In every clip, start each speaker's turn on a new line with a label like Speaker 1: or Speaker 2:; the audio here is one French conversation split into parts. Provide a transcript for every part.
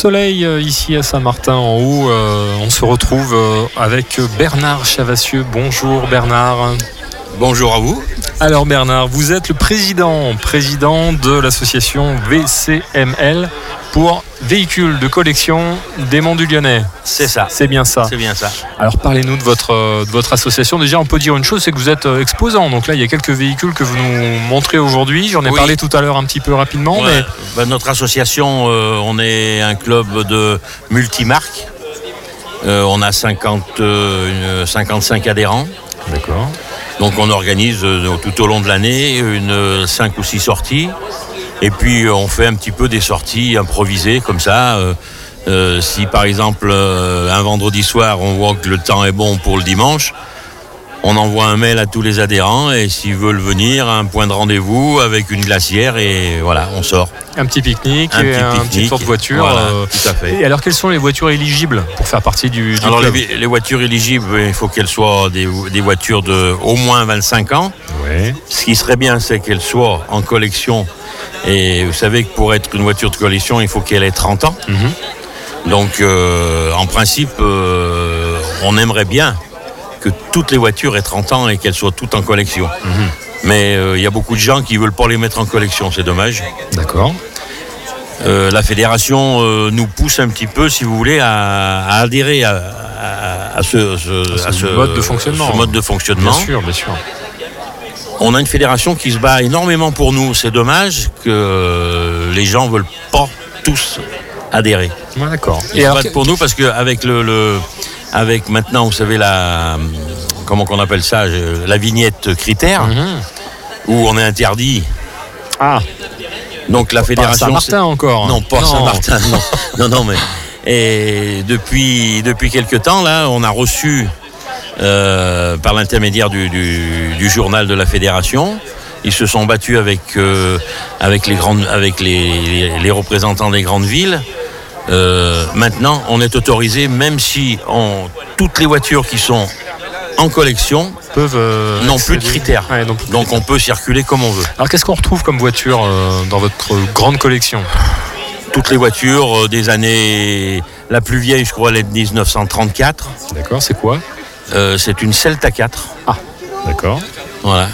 Speaker 1: Soleil euh, ici à Saint-Martin en haut, euh, on se retrouve euh, avec Bernard Chavassieux. Bonjour Bernard.
Speaker 2: Bonjour à vous.
Speaker 1: Alors Bernard, vous êtes le président, président de l'association VCML pour véhicules de collection des Monts du Lyonnais.
Speaker 2: C'est ça.
Speaker 1: C'est bien ça.
Speaker 2: C'est bien ça.
Speaker 1: Alors parlez-nous de votre, euh, de votre association. Déjà, on peut dire une chose, c'est que vous êtes euh, exposant. Donc là, il y a quelques véhicules que vous nous montrez aujourd'hui. J'en ai
Speaker 2: Oui.
Speaker 1: parlé tout à l'heure un petit peu rapidement,
Speaker 2: Ouais. Ben, notre association, euh, on est un club de multimarques. Euh, on a 50, euh, une- 55 adhérents.
Speaker 1: mais d'accord.
Speaker 2: Donc on organise euh, tout au long de l'année une euh, cinq ou six sorties. Et puis euh, on fait un petit peu des sorties improvisées comme ça. Euh, euh, si par exemple euh, un vendredi soir on voit que le temps est bon pour le dimanche, on envoie un mail à tous les adhérents et s'ils veulent venir, un point de rendez-vous avec une glacière et voilà, on sort.
Speaker 1: Un petit pique-nique,
Speaker 2: Un
Speaker 1: et
Speaker 2: petit
Speaker 1: un petit
Speaker 2: pique-nique.
Speaker 1: tour de voiture.
Speaker 2: Voilà,
Speaker 1: euh,
Speaker 2: tout à fait.
Speaker 1: Et alors, quelles sont les voitures éligibles pour faire partie du, du
Speaker 2: Alors les,
Speaker 1: club
Speaker 2: vi- les voitures éligibles, il faut qu'elles soient des, des voitures de au moins 25 ans.
Speaker 1: Ouais.
Speaker 2: Ce qui serait bien, c'est qu'elle soit en collection. Et vous savez que pour être une voiture de collection, il faut qu'elle ait 30 ans.
Speaker 1: Mhm.
Speaker 2: Donc, euh, en principe, euh, on aimerait bien que toutes les voitures aient 30 ans et qu'elles soient toutes en collection.
Speaker 1: Mhm.
Speaker 2: Mais euh, il y a beaucoup de gens qui veulent pas les mettre en collection, c'est dommage.
Speaker 1: D'accord.
Speaker 2: Euh, la fédération euh, nous pousse un petit peu, si vous voulez, à, à adhérer à, à- à ce,
Speaker 1: À ce mode de fonctionnement.
Speaker 2: ce mode de fonctionnement.
Speaker 1: Bien sûr, bien sûr.
Speaker 2: On a une fédération qui se bat énormément pour nous. C'est dommage que les gens veulent pas tous adhérer.
Speaker 1: Ouais, d'accord.
Speaker 2: Ils
Speaker 1: Et
Speaker 2: se
Speaker 1: alors,
Speaker 2: battent pour nous parce qu'avec le, le- avec maintenant, vous savez la, comment qu'on appelle ça, euh, la vignette critère,
Speaker 1: Mhm.
Speaker 2: où on est interdit.
Speaker 1: Ah,
Speaker 2: Donc la
Speaker 1: pas à
Speaker 2: fédération.
Speaker 1: Saint-Martin encore.
Speaker 2: Non, pas Saint-Martin. Non. non, non, mais et depuis depuis quelque temps là, on a reçu euh, par l'intermédiaire du, du- du journal de la fédération. Ils se sont battus avec euh, avec les grandes avec les, les- les représentants des grandes villes. Euh, maintenant, on est autorisé, même si on, toutes les voitures qui sont en collection
Speaker 1: Peuvent, euh,
Speaker 2: n'ont plus de
Speaker 1: accéder.
Speaker 2: critères.
Speaker 1: Ouais, n'ont plus de
Speaker 2: Donc, on peut circuler comme on veut.
Speaker 1: Alors qu'est-ce qu'on retrouve comme voiture euh, dans votre grande collection
Speaker 2: toutes les voitures euh, des années. La plus vieille, je crois, elle est de 1934.
Speaker 1: D'accord, c'est quoi
Speaker 2: Euh, c'est une Celta 4.
Speaker 1: Ah, d'accord.
Speaker 2: Voilà.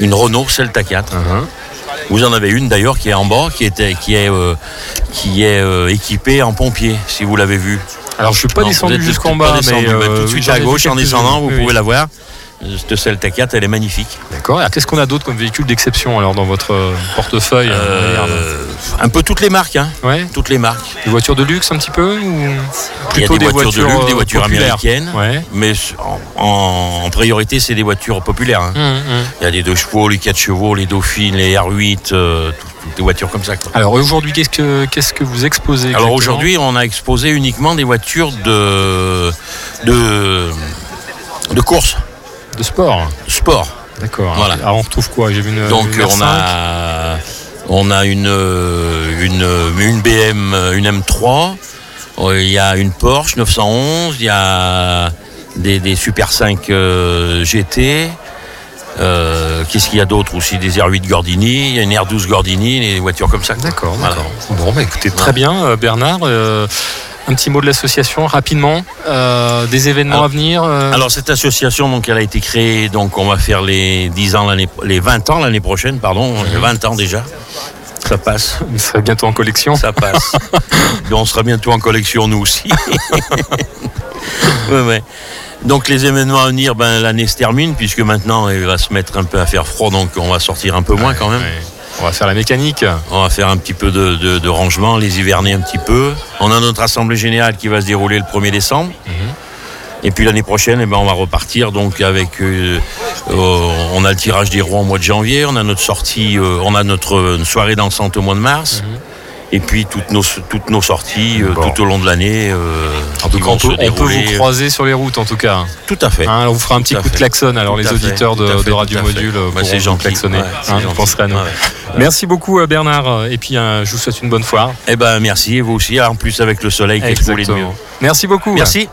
Speaker 2: Une Renault Celta 4.
Speaker 1: Uh-huh.
Speaker 2: Vous en avez une d'ailleurs qui est en bas, qui, était, qui est, euh, qui est euh, équipée en pompier, si vous l'avez vue.
Speaker 1: Alors je suis pas
Speaker 2: Non, vous
Speaker 1: descendu
Speaker 2: êtes
Speaker 1: jusqu'en
Speaker 2: peut-être pas
Speaker 1: bas,
Speaker 2: descendu,
Speaker 1: mais
Speaker 2: bah,
Speaker 1: euh,
Speaker 2: tout de
Speaker 1: oui,
Speaker 2: suite
Speaker 1: j'en ai
Speaker 2: à
Speaker 1: vu
Speaker 2: gauche, en
Speaker 1: quelques-unes.
Speaker 2: descendant, vous
Speaker 1: Oui,
Speaker 2: pouvez
Speaker 1: oui.
Speaker 2: la voir. Euh, Cette Celta 4, elle est magnifique.
Speaker 1: D'accord. Alors qu'est-ce qu'on a d'autre comme véhicule d'exception alors dans votre euh, portefeuille euh,
Speaker 2: Euh, un peu toutes les marques, hein.
Speaker 1: Ouais,
Speaker 2: Toutes les marques.
Speaker 1: des voitures de luxe un petit peu ou
Speaker 2: Il y a
Speaker 1: plutôt
Speaker 2: des, voitures, de luxe, des
Speaker 1: euh,
Speaker 2: voitures
Speaker 1: populaires
Speaker 2: américaines.
Speaker 1: Ouais.
Speaker 2: Mais en, en- en priorité, c'est des voitures populaires. hein.
Speaker 1: Hum, hum.
Speaker 2: Il y a les deux chevaux, les 4 chevaux, les dauphines, les R8, euh, tout- toutes les voitures comme ça. quoi.
Speaker 1: Alors aujourd'hui, qu'est-ce que qu'est-ce que vous exposez
Speaker 2: Alors
Speaker 1: exactement
Speaker 2: aujourd'hui, on a exposé uniquement des voitures de, de, de course,
Speaker 1: de sport.
Speaker 2: sport.
Speaker 1: D'accord.
Speaker 2: Voilà.
Speaker 1: Alors on retrouve quoi J'ai vu une
Speaker 2: Donc
Speaker 1: Euh, une
Speaker 2: on
Speaker 1: R5.
Speaker 2: a, on a une, euh, une, euh, une BM, euh, une M3, euh, il y a une Porsche 911, il y a des, des Super 5 euh, GT. euh, Qu'est-ce qu'il y a d'autre aussi Des R8 Gordini, il y a une R12 Gordini, des voitures comme ça. quoi.
Speaker 1: D'accord,
Speaker 2: Voilà.
Speaker 1: d'accord. Bon, bah, écoutez, très bien, euh, Bernard. euh, un petit mot de l'association rapidement, euh, des événements
Speaker 2: Alors-
Speaker 1: à venir. euh,
Speaker 2: Alors cette association, donc, elle a été créée, donc on va faire les 10 ans l'année, les 20 ans l'année prochaine, pardon, les 20 ans déjà. Ça passe,
Speaker 1: vous serez bientôt en collection.
Speaker 2: ça passe. donc on sera bientôt en collection nous aussi. Ouais, ouais. Donc les événements à venir, ben, l'année se termine puisque maintenant il va se mettre un peu à faire froid, donc on va sortir un peu moins quand même.
Speaker 1: Ouais. On va faire la mécanique.
Speaker 2: On va faire un petit peu de, de- de rangement, les hiverner un petit peu. On a notre assemblée générale qui va se dérouler le 1er décembre. Et puis l'année prochaine, eh ben, on va repartir donc avec. euh, euh, on a le tirage des rois au mois de janvier, on a notre sortie, euh, on a notre euh, soirée dansante au mois de mars. Et puis toutes nos, toutes nos sorties euh,
Speaker 1: Bon.
Speaker 2: tout au long de l'année. euh,
Speaker 1: En tout
Speaker 2: qui
Speaker 1: cas,
Speaker 2: vont
Speaker 1: on peut,
Speaker 2: se
Speaker 1: on peut
Speaker 2: dérouler.
Speaker 1: vous croiser sur les routes, en tout cas.
Speaker 2: Tout à fait.
Speaker 1: Hein, on vous fera un petit
Speaker 2: Tout à
Speaker 1: coup de
Speaker 2: fait.
Speaker 1: klaxon, alors
Speaker 2: Tout
Speaker 1: les
Speaker 2: à fait,
Speaker 1: auditeurs
Speaker 2: tout à
Speaker 1: de,
Speaker 2: fait,
Speaker 1: de
Speaker 2: tout
Speaker 1: Radio
Speaker 2: à fait.
Speaker 1: Module euh,
Speaker 2: Bah,
Speaker 1: pourront
Speaker 2: c'est
Speaker 1: vous
Speaker 2: gentil.
Speaker 1: klaxonner.
Speaker 2: Ouais, c'est
Speaker 1: hein, vous
Speaker 2: gentil.
Speaker 1: penserez à nous.
Speaker 2: Ouais.
Speaker 1: Merci beaucoup, euh, Bernard. Et puis, euh, je vous souhaite une bonne foire.
Speaker 2: Eh ben merci, et vous aussi. En plus avec le soleil, qu'est-ce que vous voulez de mieux
Speaker 1: Merci beaucoup.
Speaker 2: Merci.